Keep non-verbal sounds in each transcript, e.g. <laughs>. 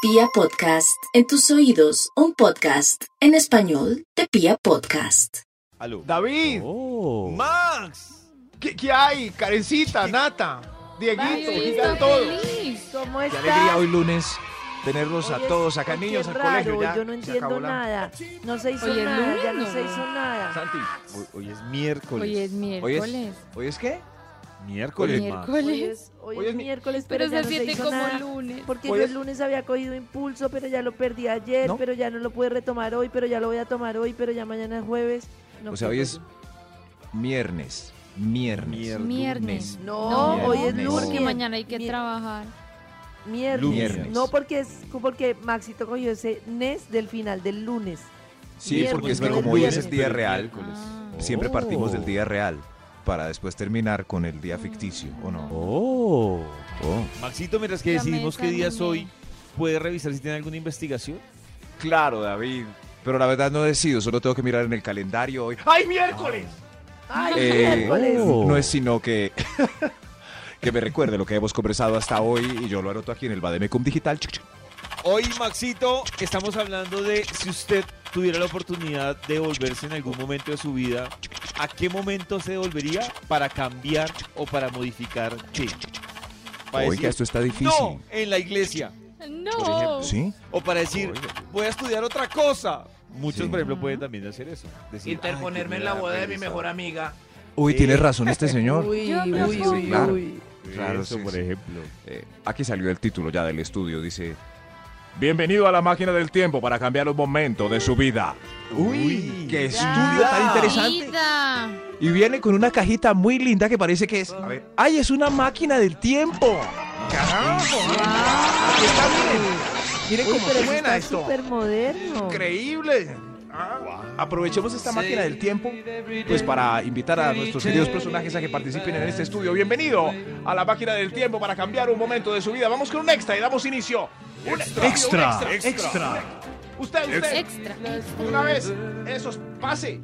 Pia Podcast, en tus oídos, un podcast en español de Pia Podcast. Aló. David, Oh. Max, ¿qué, qué hay? Karencita, Nata, Dieguito, Ay, digan está todos. feliz. ¿Cómo Qué estás? alegría hoy lunes tenerlos a Oye, todos acá, qué niños al raro, colegio ya. Yo no se entiendo acabó la- nada. No se hizo Hoy es nada, ya no lunes. se hizo nada. Santi, Hoy, hoy es miércoles. Hoy es Hoy es- miércoles. ¿hoy es qué? Miércoles, Max. Hoy Miércoles. es, hoy Hoy es es mi- miércoles, pero, Pero se ya no se siente hizo como nada. lunes. Porque Hoy yo es- el lunes había cogido impulso, pero ya lo perdí ayer, ¿No? pero ya no lo pude retomar hoy, pero ya lo voy a tomar hoy, pero ya mañana es jueves. No, O sea, hoy qué es rollo. Miernes. Miernes. Mier- Miércoles. No, No, hoy es no. lunes. Porque mañana hay que Mier- trabajar. Miércoles. Lunes. No, porque, es, porque Maxito cogió ese NES del final, del lunes. Sí, porque es que Miércoles. como hoy es Viernes. el día real, Miércoles. Ah. siempre Oh. partimos del día real para después terminar con el día ficticio, ¿o no? Oh. Oh. Maxito, mientras que Ya me decidimos qué día es hoy, desanimé. ¿puede revisar si tiene alguna investigación? Claro, David. Pero la verdad no decido, solo tengo que mirar en el calendario hoy. ¡Ay, miércoles! ¡Ay, Eh, miércoles! Oh. No es sino que, <laughs> que me recuerde lo que hemos conversado hasta hoy y yo lo anoto aquí en el Bademecum Digital. Chuc, chuc. Hoy, Maxito, estamos hablando de si usted tuviera la oportunidad de volverse en algún momento de su vida, ¿a qué momento se devolvería para cambiar o para modificar qué? Para Oiga, decir, esto está difícil. no, en la iglesia. No. ¿Sí? O para decir, voy a estudiar otra cosa. Muchos, Sí. por ejemplo, pueden también hacer eso. Decir, Interponerme "Ay, en la qué boda de mi pereza". mejor amiga. Uy, Sí. tienes razón este señor. <laughs> Uy, Yo me uy, acuerdo. uy, Claro. uy. Claro, Eso, sí, por sí. ejemplo. Eh, aquí salió el título ya del estudio, dice... Bienvenido a la máquina del tiempo para cambiar los momentos de su vida. Uy, qué estudio tan interesante. Vida. Y viene con una cajita muy linda que parece que es... A ver. ¡Ay, es una máquina del tiempo! Está bien. Miren Uy, cómo pero eso suena está esto. súper moderno. Increíble. Ah, Aprovechemos esta máquina del tiempo pues para invitar a nuestros queridos personajes a que participen en este estudio. Bienvenido a la máquina del tiempo para cambiar un momento de su vida. Vamos con un extra y damos inicio. Un extra, Extra, un extra. Usted, usted, Extra. una vez, eso pase.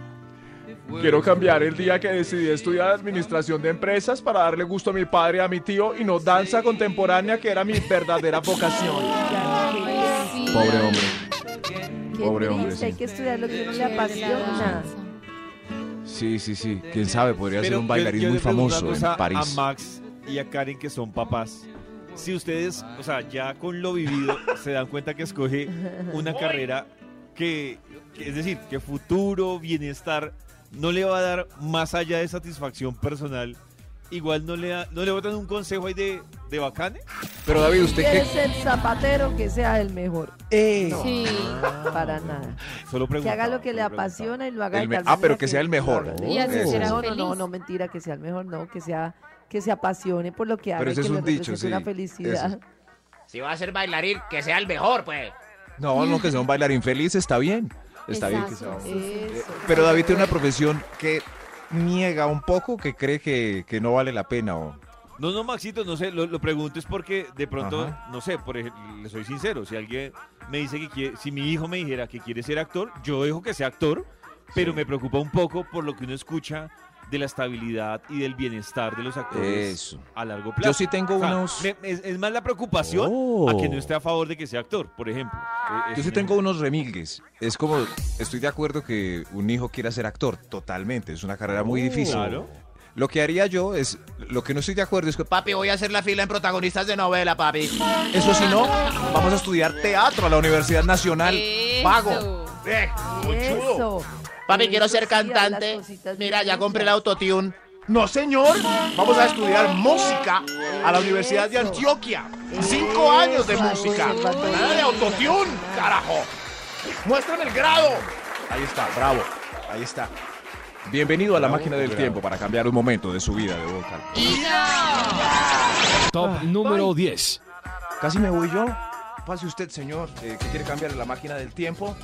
Quiero cambiar el día que decidí estudiar administración de empresas para darle gusto a mi padre, a mi tío y no danza contemporánea que era mi verdadera vocación. Ay, sí. Pobre hombre. Qué Pobre triste, hombre, sí. Hay que estudiar lo que a uno le Chévere, la apasiona. danza. Sí, sí, sí. Quién sabe, podría Pero yo- yo le pregunto una cosa A Max y a Karen, que son papás. Si ustedes, o sea, ya con lo vivido, <laughs> se dan cuenta que escoge una carrera que, que, es decir, que futuro, bienestar, no le va a dar más allá de satisfacción personal. Igual no le, da- no le botan un consejo ahí de, de bacane. Pero David, Si ¿usted qué? quieres ser zapatero, que sea el mejor. No, Sí. para nada. Solo Que pregunta. haga lo que le solo pregunta. apasiona y lo haga de Ah, El me- tal ah, pero manera que sea el mejor. lo haga. Y así Eso. será No, no, feliz. no, no, mentira, que sea el mejor, no, que sea que se apasione por lo que haga. Pero y ese que es le un dicho, represente una sí, felicidad. Si va a ser bailarín, que sea el mejor, pues. No, no, que sea un bailarín feliz está bien. Está bien que sea Exacto. un- Eso. Pero David tiene una profesión que niega un poco, que cree que, que no vale la pena. O... No, no, Maxito, no sé, lo, lo pregunto es porque de pronto, Ajá. no sé, por ejemplo, le soy sincero, si alguien me dice que quiere, si mi hijo me dijera que quiere ser actor, yo dejo que sea actor, pero me preocupa un poco por lo que uno escucha de la estabilidad y del bienestar de los actores Eso. a largo plazo. Yo sí tengo O sea, unos... me- es, es más la preocupación Oh. a que no esté a favor de que sea actor, por ejemplo. Eh, es Yo sí un tengo ejemplo. unos remilgues. Es como, estoy de acuerdo que un hijo quiera ser actor, totalmente. Es una carrera muy difícil. Oh. Claro. Lo que haría yo es, lo que no estoy de acuerdo es que, papi, Papi, voy a hacer la fila en protagonistas de novela, papi. eso si no, vamos a estudiar teatro a la Universidad Nacional. Eso. Pago. Eh, muy chulo. Eso. Papi, quiero Eso ser sí, habla las cantante. cositas Mira, bien ya compré el lindas. autotune. No, señor. Vamos a estudiar música a la Universidad de Eso. Antioquia. Cinco años de música. Nada de autotune, carajo. Muéstrame el grado. Ahí está, bravo. Ahí está. Bienvenido a la máquina del tiempo para cambiar un momento de su vida de vocal. Top número 10. Casi me voy yo. Pase usted, señor, eh, que quiere cambiar la máquina del tiempo.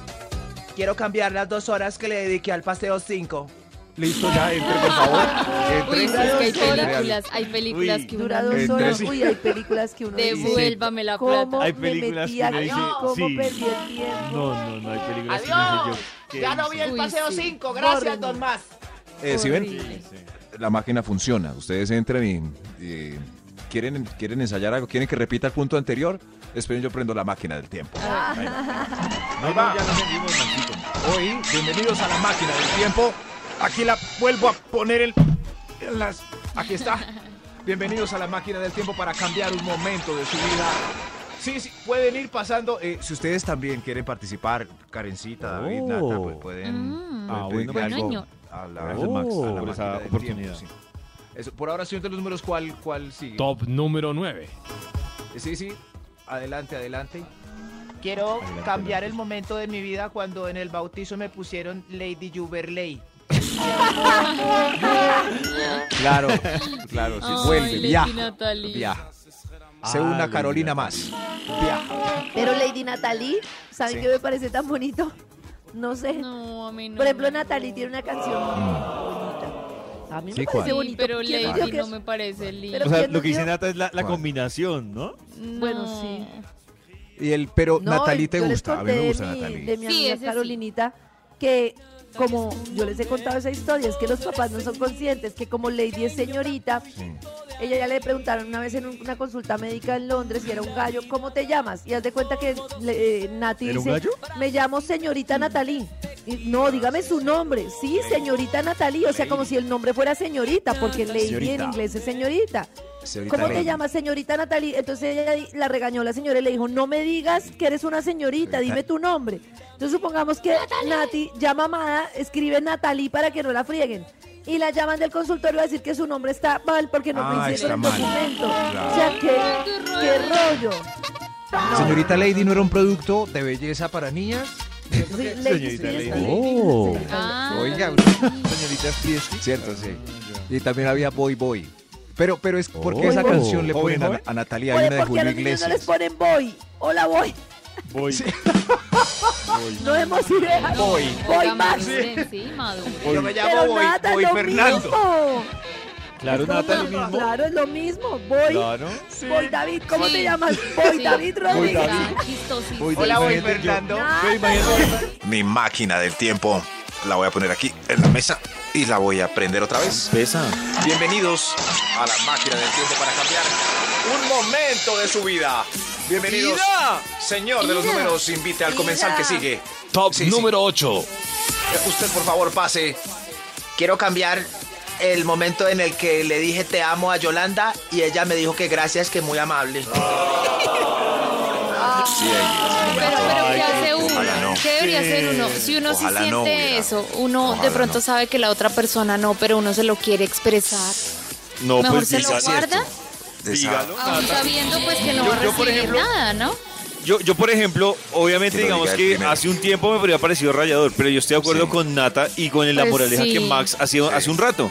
Quiero cambiar las dos horas que le dediqué al paseo 5. Listo, ya, entre, por favor. <laughs> Entre. Uy, sí, es que hay Entre al- películas, hay películas Uy. que uno Dura no- dos Entonces- horas. Uy, hay películas que uno dice. Devuélvame la ¿Cómo plata. Hay me películas metí que uno aquí? dice, ¿Cómo sí. perdí el tiempo? No, no, no hay películas que no Adiós. sé yo qué Ya no vi hice. el Uy, paseo sí. 5. Gracias, Bórrenlo. don Más. Eh, ¿sí ven? Horrible. La máquina funciona. Ustedes entran y eh, ¿Quieren, ¿Quieren ensayar algo? ¿Quieren que repita el punto anterior? Esperen, yo prendo la máquina del tiempo. Ah. Ahí va. Hoy, bienvenidos a la máquina del tiempo. Aquí la vuelvo a poner el, en las. Aquí está. Bienvenidos a la máquina del tiempo para cambiar un momento de su vida. Sí, sí, pueden ir pasando. eh, si ustedes también quieren participar, Karencita, David, Nata, Oh. pues pueden. Mm. Ah, pueden bueno, pedir buen algo año. a la- Gracias, a la Max, por máquina esa del oportunidad. tiempo, sí. Eso, por ahora, siento los números, ¿cuál, cuál sigue? Top número 9. Eh, Sí, sí. Adelante, adelante. Quiero cambiar el momento de mi vida cuando en el bautizo me pusieron Lady Juberley. Claro, claro. Sí, Ay, vuelve, Lady viaja. Natalie. Viaja. Se una Ah, Carolina más. Viaja. Pero Lady Natalie, ¿saben Sí. qué me parece tan bonito? No sé. No, a mí no. Por ejemplo, Natalie tiene una canción bonita. A mí Mm. Sí, me ¿cuál? parece Sí, bonito. pero ¿Quién Lady nos dio que- no me parece linda. Pero O sea, ¿quién lo nos que dice dio? Nata es la, la ¿Cuál? combinación, ¿no? No. Bueno, sí. Y el, pero No, Natalie te yo les gusta. A mí conté me de gusta mi- Natalie. De mi Sí, amiga ese sí. Carolinita, que como yo les he contado esa historia, es que los papás no son conscientes que como Lady es señorita, ella ya le preguntaron una vez en un- una consulta médica en Londres y era un gallo, ¿cómo te llamas? Y haz de cuenta que le- eh, Nati ¿Era un dice, gallo? me llamo señorita Natalie. Y, no, dígame su nombre. Sí, señorita Natalie. O sea, como si el nombre fuera señorita, porque Lady Señorita. en inglés es señorita. Señorita ¿Cómo te Lady. llamas, señorita Natalie? Entonces ella di- la regañó la señora y le dijo, no me digas que eres una señorita, dime tu nombre. Entonces supongamos que Nati ya mamada escribe Natalie para que no la frieguen. Y la llaman del consultorio a decir que su nombre está mal porque no Ah, coincide está con el mal. documento. Claro. O sea, qué, qué rollo. Señorita Lady no era un producto de belleza para niñas. Sí, Señorita sí, Lady. está Oh. sí, está bien. Ah, Oiga, señorita Priesti. Cierto, sí. Y también había Boy Boy. Pero, pero es porque Oh. esa Boy Boy. canción le Joven, ponen a, joven. a Natalia, hay Oye, una de ¿por qué Pues, a Julio los niños no les Iglesias. ponen boy? Hola, boy. Voy. No hemos idea. Boy. Boy oiga, más. Max, sí, maduro. Yo me Pero nada, es lo mismo. Claro, Es como Nata, lo- lo mismo. Claro, es lo mismo. Voy. Claro. Voy David, ¿cómo Sí. te llamas? Voy Sí. David Rodríguez. Está chistosísimo. Hola, voy, Boy Fernando. Nada, mi máquina del tiempo. La voy a poner aquí en la mesa y la voy a prender otra vez. Pesa. Bienvenidos a la máquina del tiempo para cambiar un momento de su vida. Bienvenidos, señor de los números, invite al comensal que sigue. Top Sí, sí. número 8. Usted, por favor, pase. Quiero cambiar el momento en el que le dije te amo a Yolanda y ella me dijo que gracias, que muy amable. Pero, pero ¿qué hace ojalá uno? no. ¿Qué debería hacer uno? Si uno Ojalá sí siente no, mira. eso, uno de Ojalá pronto no. sabe que la otra persona no, pero uno se lo quiere expresar. No, Mejor pues se lo diga- guarda, dígalo. aún sabiendo pues que no Yo- va a yo, por recibir ejemplo, nada, ¿no? Yo, yo, por ejemplo, obviamente, Que lo digamos diga él que primero. hace un tiempo me habría parecido rayador, pero yo estoy de acuerdo Sí. con Nata y con la Pues moraleja sí. que Max hacía hace un rato.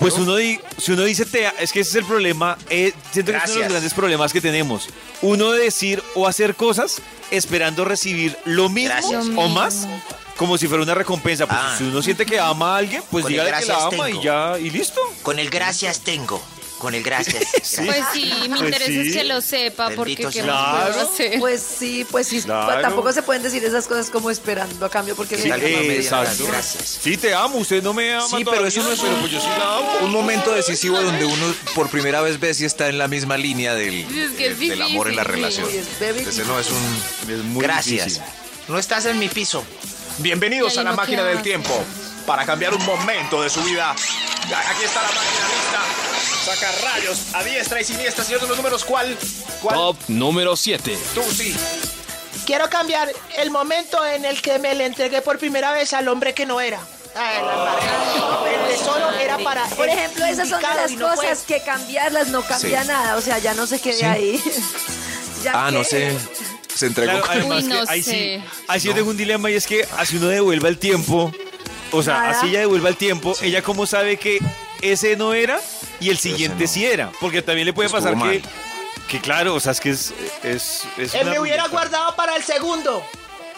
Pues uno di- si uno dice te a- es que ese es el problema, eh, siento que es uno de Gracias. los grandes problemas que tenemos. Uno decir o hacer cosas esperando recibir lo mismo Gracias. o más, como si fuera una recompensa. Pues Ah. si uno siente que ama a alguien, pues Con el dígale que la ama gracias y tengo. ya, y listo. Con el gracias tengo. Con el <laughs> gracias. Pues sí, mi Pues interés sí. es que lo sepa, porque Bendito qué sea más puedo Dios. hacer. Pues sí, pues sí. Claro. Tampoco se pueden decir esas cosas como esperando a cambio porque Sí, no- eh, exacto. gracias. Sí, te amo, usted no me ama. Sí, pero eso todavía, no es pero pues yo sí la amo. Un momento decisivo donde uno por primera vez ve si está en la misma línea del, Es que es del amor en la difícil, sí. relación. Uy, es baby. Ese no es un... Es muy gracias. difícil. No estás en mi piso. Bienvenidos Ya a la digo, ¿qué máquina del hace? tiempo para cambiar un momento de su vida. Aquí está la máquina lista. Saca rayos a diestra y siniestra. Señor de los números, ¿cuál? ¿Cuál? Top número 7. Tú sí. Quiero cambiar el momento en el que me le entregué por primera vez al hombre que no era. Ay, la madre. El tesoro era para. Por el ejemplo, esas son de indicado las y no fue. cosas que cambiarlas no cambia Sí. nada. O sea, ya no se quede ahí. <laughs> Ya Ah, no que- sé. Se entregó. Claro, además Uy, que no ahí sé. sí, ahí sí yo tengo un dilema y es que así uno devuelva el tiempo, o sea, Nada. así ella devuelva el tiempo, ella como sabe que ese no era y el siguiente no. sí era, porque también le puede Estuvo pasar que, mal. que claro, o sea, es que es... es, es una Él Eh, me hubiera ruleta. guardado para el segundo.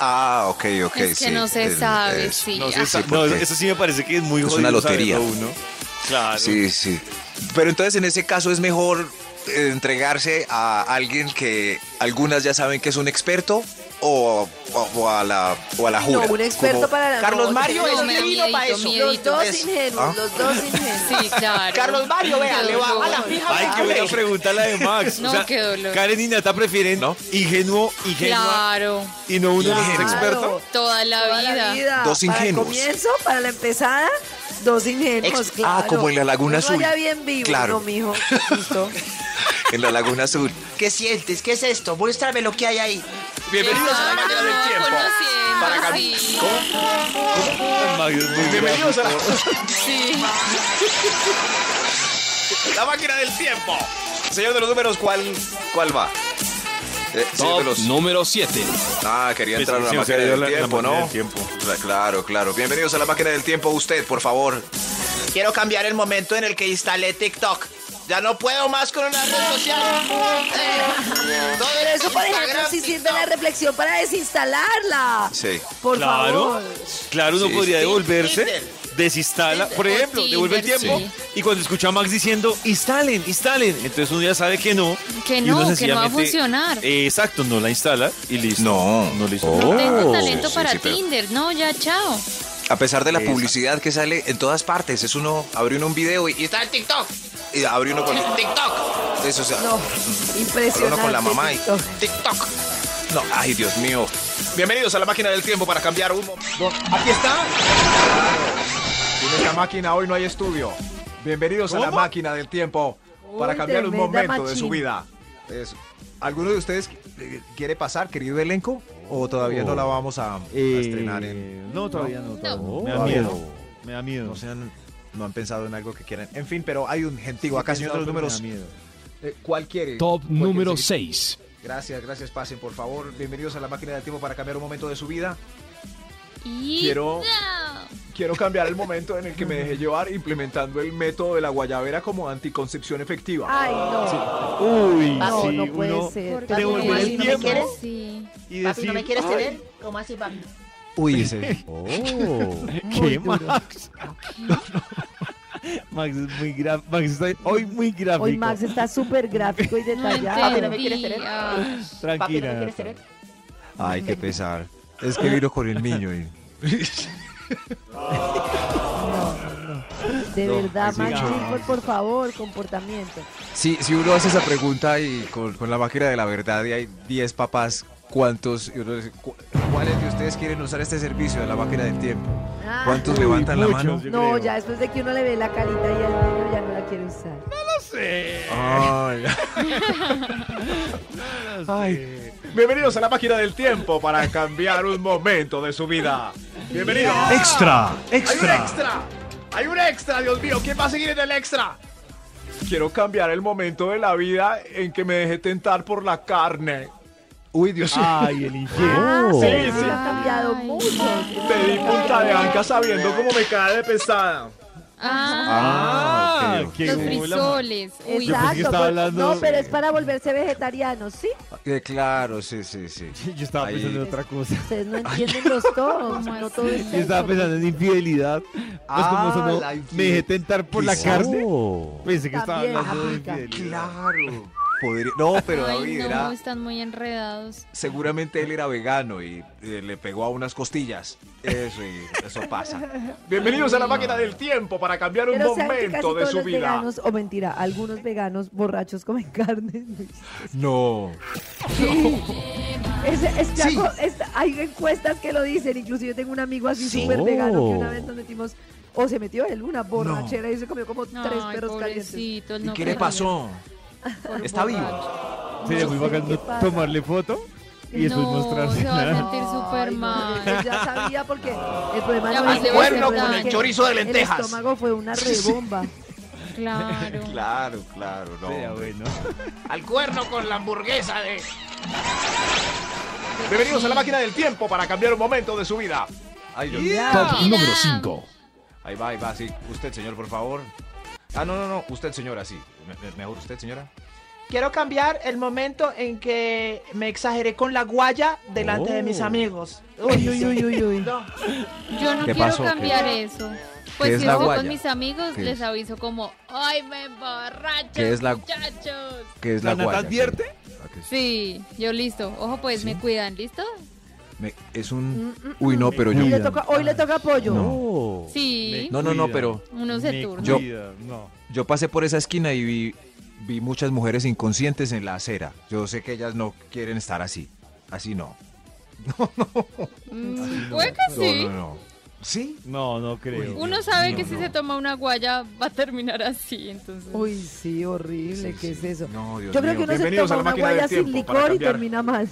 Ah, ok, ok. Es que sí. no se El- sabe, es- sí. No, Ah, sé, sí, no, porque- eso sí me parece que es muy Es jodido una lotería. saberlo uno. Claro. Sí, sí. Pero entonces en ese caso es mejor eh, entregarse a alguien que algunas ya saben que es un experto o, o- o a la o a la jura? No, un experto Como- para Carlos Mario no, es me da divino miedito, para eso. Los dos Es- ingenuos, ¿Ah? los dos ingenuos. <laughs> Sí, claro. Carlos Mario, vea, Qué le va a la dolor. fija. Ay, qué hombre. buena pregunta la de Max. No, qué dolor. Karen y Nata prefieren ingenuo, ingenua Claro, y no uno que es experto. Claro, toda la toda la vida. vida. Dos ingenuos. Para el comienzo, para la empezada, dos ingenuos, Ex- ah, claro. como en la Laguna Uno Azul. allá bien vivo, Claro. no, <laughs> mijo. Justo. en la Laguna Azul. ¿Qué sientes? ¿Qué es esto? Muéstrame lo que hay ahí. Bienvenidos a la Exacto, máquina del tiempo. Ah, conociendo, Para cam- sí. Max es muy Bienvenidos a la, Sí. la máquina del tiempo. Señor de los números, ¿cuál, cuál va? Eh, señor de Top los- número 7. Ah, quería entrar a la Sí, máquina se dio del la- la tiempo, máquina ¿no? del tiempo. Cla- Claro, claro. Bienvenidos a la máquina del tiempo, usted, por favor. Quiero cambiar el momento en el que instalé TikTok. Ya no puedo más con una red social. Eh, todo Pero eso, por Instagram, ejemplo, sí sirve TikTok. la reflexión para desinstalarla. Sí. Por Claro, favor. claro, uno Sí, podría sí. devolverse, Tinder. desinstala, por O ejemplo, Tinder, devuelve el tiempo sí. y cuando escucha a Max diciendo, instalen, instalen, entonces uno ya sabe que no. Que y uno no, que no va a sencillamente- funcionar. Eh, exacto, no la instala y listo. No. no listo. Oh. No tengo talento Oh. sí, para sí, pero- Tinder, no, ya, chao. A pesar de la Exacto. publicidad que sale en todas partes, es uno, abre uno un video y, Y está en TikTok. y abre uno con TikTok. eso, o sea, No, impresionante. Habla uno con la mamá y- TikTok. TikTok. no, ay, Dios mío. Bienvenidos a la máquina del tiempo para cambiar un momento. Don- Aquí está. En esta máquina hoy no hay estudio. Bienvenidos a la máquina del tiempo para Uy, cambiar un tremenda momento de su machín. vida. Eso. ¿Alguno de ustedes eh, quiere pasar, querido elenco? ¿O todavía no la vamos a, a estrenar? En... No, todavía no. todavía no. Me da Todavía miedo. Me da miedo. No, sean- no han pensado en algo que quieran. En fin, pero hay un gentío acá, señor de los Pero me da números. miedo. Eh, ¿Cuál quiere? Top ¿Cuál quiere número seguir? 6. Gracias, gracias, pasen, por favor. Bienvenidos a la máquina del tiempo para cambiar un momento de su vida. Y- Quiero- No. Quiero cambiar el momento en el que me dejé llevar implementando el método de la guayabera como anticoncepción efectiva. Ay, no. Uy, No, sí, no puede uno ser. Te devolver Papi, el ¿no me tiempo quieres? Sí. y decir, "Ay, tener? ¿Cómo así, papi? Uy, ese. <laughs> ¿Qué, Max? Max es muy gráfico. Max está hoy muy gráfico. Hoy Max está súper gráfico y No detallado. entendí. ah. Tranquila. Ay, qué pesar. Es que vino con el niño y... De No, verdad, sí, Max, no. Gilford, por favor, comportamiento. Si, si uno hace esa pregunta y con, con la máquina de la verdad y hay 10 papás, ¿cuántos? Y uno dice, "¿Cu- ¿Cuáles de ustedes quieren usar este servicio de la máquina del tiempo? Ah, ¿Cuántos levantan la mano? Yo No, creo. ya después de que uno le ve la carita y al niño ya no la quiere usar. Ay, <laughs> Ay. Bienvenidos a la máquina del tiempo para cambiar un momento de su vida. Bienvenidos. Extra, Hay un extra. Hay un extra, Dios mío. ¿Quién va a seguir en el extra? Quiero cambiar el momento de la vida en que me dejé tentar por la carne. Uy, Dios mío. Ay, el ingenio. Ah, sí, pero eso sí. lo ha cambiado Ay. mucho. Te di punta de anca sabiendo cómo me cae de pesada. Ah, Ah, ok, ok. qué los bola, frisoles. Uy, Yo pensé que Exacto. estaba pero- hablando- No, pero es para volverse vegetariano, ¿sí? Eh, claro, sí, sí, sí. Max. Yo estaba Ahí. pensando en otra cosa. Ustedes no entienden los tonos. ¿Cómo No así? todo es Yo estaba sexo. pensando en infidelidad. Pues como Ah, eso no- la me dejé tentar por la infidelidad. carne. Pensé que estaba También hablando de aplica. infidelidad. Claro. Podría- No, pero Ay, David no, era... están muy enredados. Seguramente él era vegano y eh, le pegó a unas costillas. Eso, y eso pasa. Bienvenidos a la máquina del tiempo para cambiar un Pero sean que casi momento de todos su los vida. veganos, o mentira, algunos veganos borrachos comen carne. <laughs> No. Es- es- ya co- es- hay encuestas que lo dicen, inclusive yo tengo un amigo así Sí. súper vegano que una Oh. vez nos metimos, o se metió él una borrachera y se comió como tres Ay, perros calientes. pobrecito, el ¿Y no qué le querido, pasó? por ¿Está vivo? borracho. Sería muy No sé qué bacano pasa. tomarle foto y después no, se va a mostrársela. sentir súper Ay, no, <laughs> mal. yo ya sabía porque el problema Ya no más es le el va a problema hacer es daño. que Chorizo de lentejas. El estómago fue una rebomba. Claro. Claro, claro, no. Sería bueno. Al cuerno con la hamburguesa de. Bienvenidos a la máquina del tiempo para cambiar un momento de su vida. Ay, Dios Top Mira. número 5. Ahí va, ahí va, sí. Usted, señor, por favor. Ah, no, no, no. Usted, señora, sí. Me- me- Mejor usted, señora. Quiero cambiar el momento en que me exageré con la guaya Oh. delante de mis amigos. Uy, uy, uy, uy, uy. No. Yo no ¿Qué quiero pasó? ¿Qué? cambiar eso. Pues ¿Qué si es la estoy guaya? con mis amigos, ¿Qué les es? aviso como, ¡ay, me emborracho, ¿Qué es la- muchachos! ¿Qué es la ¿La nata guaya? advierte? Ah, ¿qué es? Sí, yo listo. Ojo, pues me cuidan, ¿listo? Oh, Me- es Mm, un... Uy, no, pero yo... Hoy le toca, hoy le toca pollo. Oh, No. Sí. No, no, no, pero... Uno se turna. Yo, no. yo pasé por esa esquina y vi, vi muchas mujeres inconscientes en la acera. Yo sé que ellas no quieren estar así. Así no. Mm, puede que sí. No, no, no. ¿Sí? No, no creo. Uno sabe No, que si no. se toma una guaya va a terminar así, entonces. Uy, sí, horrible, ¿qué es eso? No, Dios Yo creo mío. que uno se Bienvenidos toma a la una máquina del guaya sin tiempo para licor y cambiar. termina mal.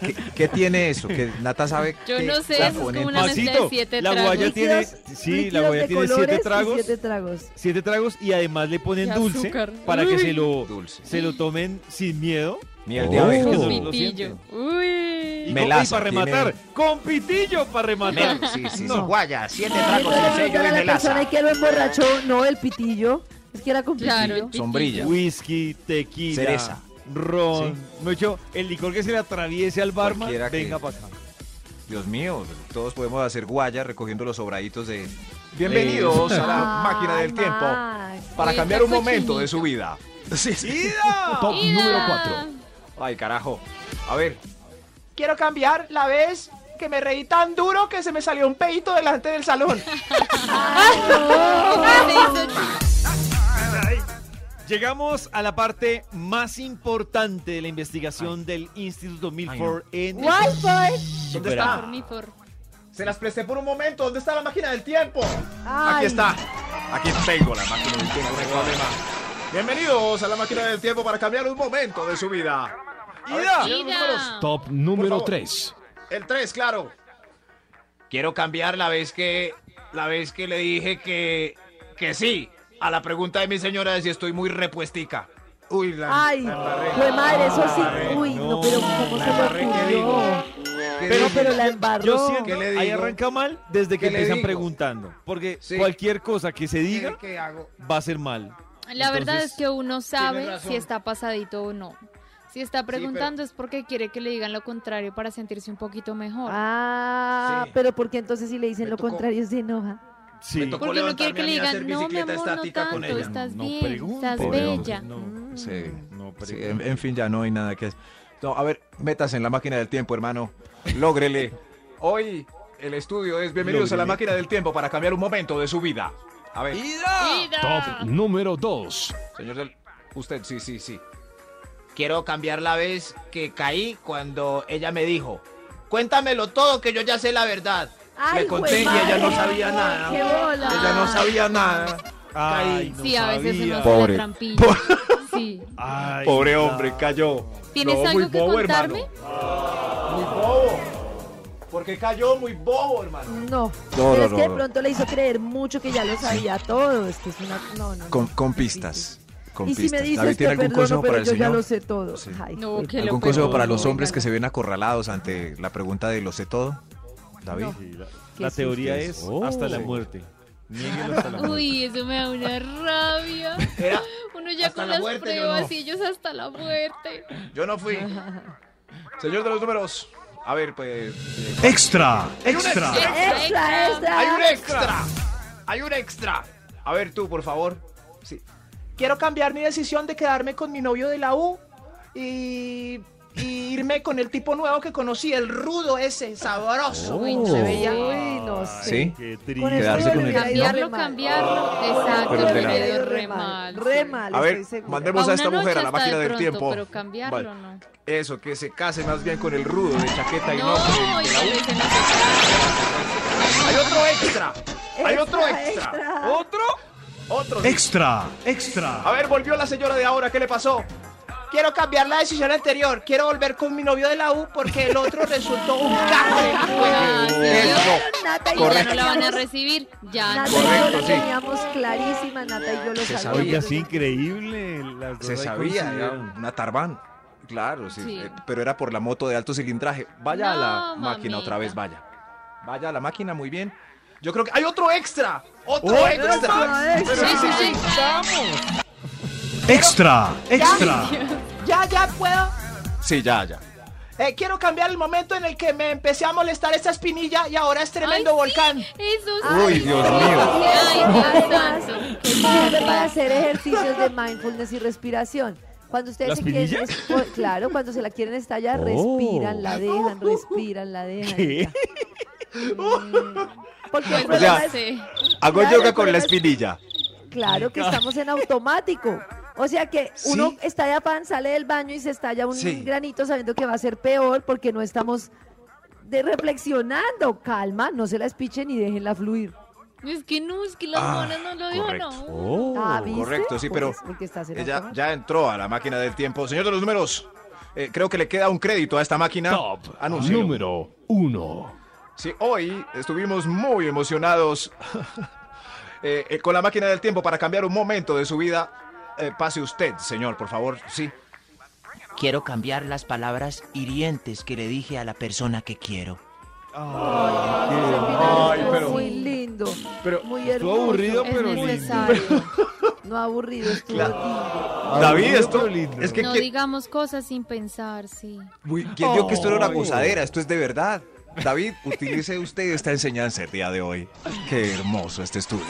¿Qué, qué tiene eso? Que Nata sabe Yo qué no sé, está eso es con como el- una mezcla de siete la tragos. guaya tiene, Líquidos- sí, líquidos la guaya de tiene siete colores y tragos, siete tragos. siete tragos y además le ponen Y dulce azúcar. para que Uy. se lo, Dulce. se lo tomen sin miedo. Miel de Oh. abeja. Lo- lo Pitillo. sienten. Uy. Y, Melaza, con- y para rematar, con pitillo para rematar. Sí, sí, sí. No. Guaya, siete Entonces tragos le sin preguntan sello y a la melaza. persona que lo emborrachó, no el pitillo. Es que era con Claro, el pitillo. pitillo. Sombrilla. Whisky, tequila, Cereza. ron. Mucho, el licor que se le atraviese al barman, Cualquiera que- venga para acá. Dios mío, todos podemos hacer guayas recogiendo los sobraditos de... Bienvenidos a la Ay, máquina del tiempo Max. para Uy, cambiar qué un momento cochinito. de su vida. <laughs> Sí, sí. Top número 4. Ay, carajo. A ver, Quiero cambiar la vez que me reí tan duro que se me salió un peito delante del salón. Llegamos a la parte más importante de la investigación del Instituto Milford en Walford. ¿dónde Espera. está? Se las presté por un momento. ¿Dónde está la máquina del tiempo? Aquí está. Aquí tengo la máquina del tiempo. No hay problema. Bienvenidos a la máquina del tiempo para cambiar un momento de su vida. Ida. Ah, Ida. Top Por número favor. 3. El 3, claro. Quiero cambiar la vez que la vez que le dije que que sí a la pregunta de mi señora de si estoy muy repuestica. Uy, la Ay, la embarré. fue madre, eso sí. Uy, no, pero ¿cómo se La barré, lo ¿qué digo? ocurrió? ¿Qué No, dije? pero la embarró. Yo siento ¿Qué le ahí digo? arranca mal desde ¿Qué que le empiezan digo? preguntando. Porque Sí. cualquier cosa que se diga ¿Qué hago? va a ser mal. La verdad es Entonces, que uno sabe razón. si está pasadito o no. Si está preguntando es porque quiere que le digan lo contrario para sentirse un poquito mejor. Ah, Sí. pero ¿por qué entonces si le dicen Me lo tocó. contrario se enoja? Sí. Me tocó porque no quiere levantarme que a le mí a hacer digan, no, mi bicicleta amor, no estática con tanto, ella". estás No bien, pregunte, estás pobre hombre, bella. Mm. no. Sí. No, Sí, pero- en, en fin, ya no hay nada que hacer. No, a ver, métase en la máquina del tiempo, hermano. Lógrele. Hoy el estudio es Bienvenidos a la máquina del tiempo para cambiar un momento de su vida. A ver, Ida. Top número 2. señor del usted sí, sí, sí. Quiero cambiar la vez que caí cuando ella me dijo, "Cuéntamelo todo que yo ya sé la verdad." Ay, Le conté y juemadre, ella no sabía nada. ¡Qué bola! Ella no sabía nada. Ay, no Sí, a veces uno sabía. hace Pobre. la trampilla. Sí. Ay, Pobre no. hombre, cayó. ¿Tienes No, muy algo que bobo, contarme? hermano. Muy bobo. Porque cayó muy bobo, hermano. No. No, pero no, es que de no, no. pronto le hizo creer mucho que ya lo sabía todo. Es que es una. No, no. Con, no, con es pistas. Con difícil. Y si me pistas. dices David, que ¿tiene algún perdono, consejo pero para yo el ya lo señor? sé todo. Sí. Ay, No, pues, que lo ¿Algún consejo perdono, para los hombres venga, que se no. ven acorralados ante la pregunta de lo sé todo? David. Sí, la- Qué La teoría es susto. hasta la Oh. muerte. Niéguelo hasta la muerte. Uy, eso me da una rabia. Era, Uno ya Hasta con la las muerte, yo pruebas no. y ellos hasta la muerte. yo no <laughs> fui. Señor de los números. A ver, pues. eh, Extra. Extra, extra. Hay un extra. Hay un extra. A ver, tú, por favor. Sí. Quiero cambiar mi decisión de quedarme con mi novio de la U y, y irme con el tipo nuevo que conocí, el rudo ese, sabroso. Uy, Oh. se veía. Uy, no sé. Sí. Qué Con triste. esto Quedarse con le el- hubiera ido re Cambiarlo, mal. cambiarlo. Con esto Exacto, Ah, Pero le de la- hubiera ido re mal. Re mal, A ver, estoy segura. mandemos a Pa' esta una mujer a noche la hasta máquina de del pronto, tiempo. Pero cambiarlo, Vale. ¿no? Eso, que se case más bien con el rudo de chaqueta y no, con el No, de la U. y se nos- Hay otro extra. Hay otro Extra, extra. extra. Otro. Otro. Extra. Extra. A ver, volvió la señora de ahora. ¿Qué le pasó? Quiero cambiar la decisión anterior. Quiero volver con mi novio de la U porque el otro resultó un cajo de la Ah, sí, Eso. Nata y yo Ya la no la van a teníamos- recibir. Ya Nata no. y yo la Correcto, sí. teníamos clarísima, Nata y yo lo Se sabíamos. Oiga, es increíble. Las dos Se ahí sabía, era coincidieron. una tarbán. Claro, sí, Sí. eh, pero era por la moto de alto cilindraje. Vaya a la No, máquina otra vez, vaya. Vaya a la máquina, muy bien. Yo creo que hay otro extra. Otro Otro extra. extra. Pero sí, sí, sí. Extra. Extra. Ya, ya puedo. Sí, ya, ya. Eh, quiero cambiar el momento en el que me empecé a molestar esta espinilla y ahora es tremendo Ay, sí, volcán. Eso Uy, sí. Dios mío. Ay, Dios Además, santo. sirve para hacer ejercicios de mindfulness y respiración. Cuando ¿La ustedes se quieren, espinilla? es- o- claro, cuando se la quieren estallar, Oh. respiran, la <laughs> dejan, respiran, la dejan. y ¿Qué? ya. Porque el Pues O sea, problema es- sí. Hago Claro, yoga con pero la es- espinilla. Claro que estamos en automático. O sea que uno está de pan, sale del baño y se estalla un Sí. granito sabiendo que va a ser peor porque no estamos de reflexionando. Calma, no se la espichen y déjenla fluir. Es que no, es que las Ah, monas no lo dijo, correcto. no. Oh. Ah, ¿viste? Uh, correcto, sí, pero Pues, porque estás en Ella automático. ya entró a la máquina del tiempo. Señor de los números, eh, creo que le queda un crédito a esta máquina. Top Anúncielo. número uno. Sí, hoy estuvimos muy emocionados <laughs> eh, eh, con la máquina del tiempo para cambiar un momento de su vida. Eh, pase usted, señor, por favor. Sí. Quiero cambiar las palabras hirientes que le dije a la persona que quiero. Ese final Ay, estuvo pero- muy lindo. pero muy estuvo hermoso. aburrido, Es pero necesario. <laughs> No aburrido, estuvo lindo. David, esto lindo. es que No ¿quién- digamos cosas sin pensar, sí. uy, ¿quién dijo que esto era una Ay. gozadera? Esto es de verdad. David, utilice usted esta enseñanza el día de hoy. Qué hermoso este estudio.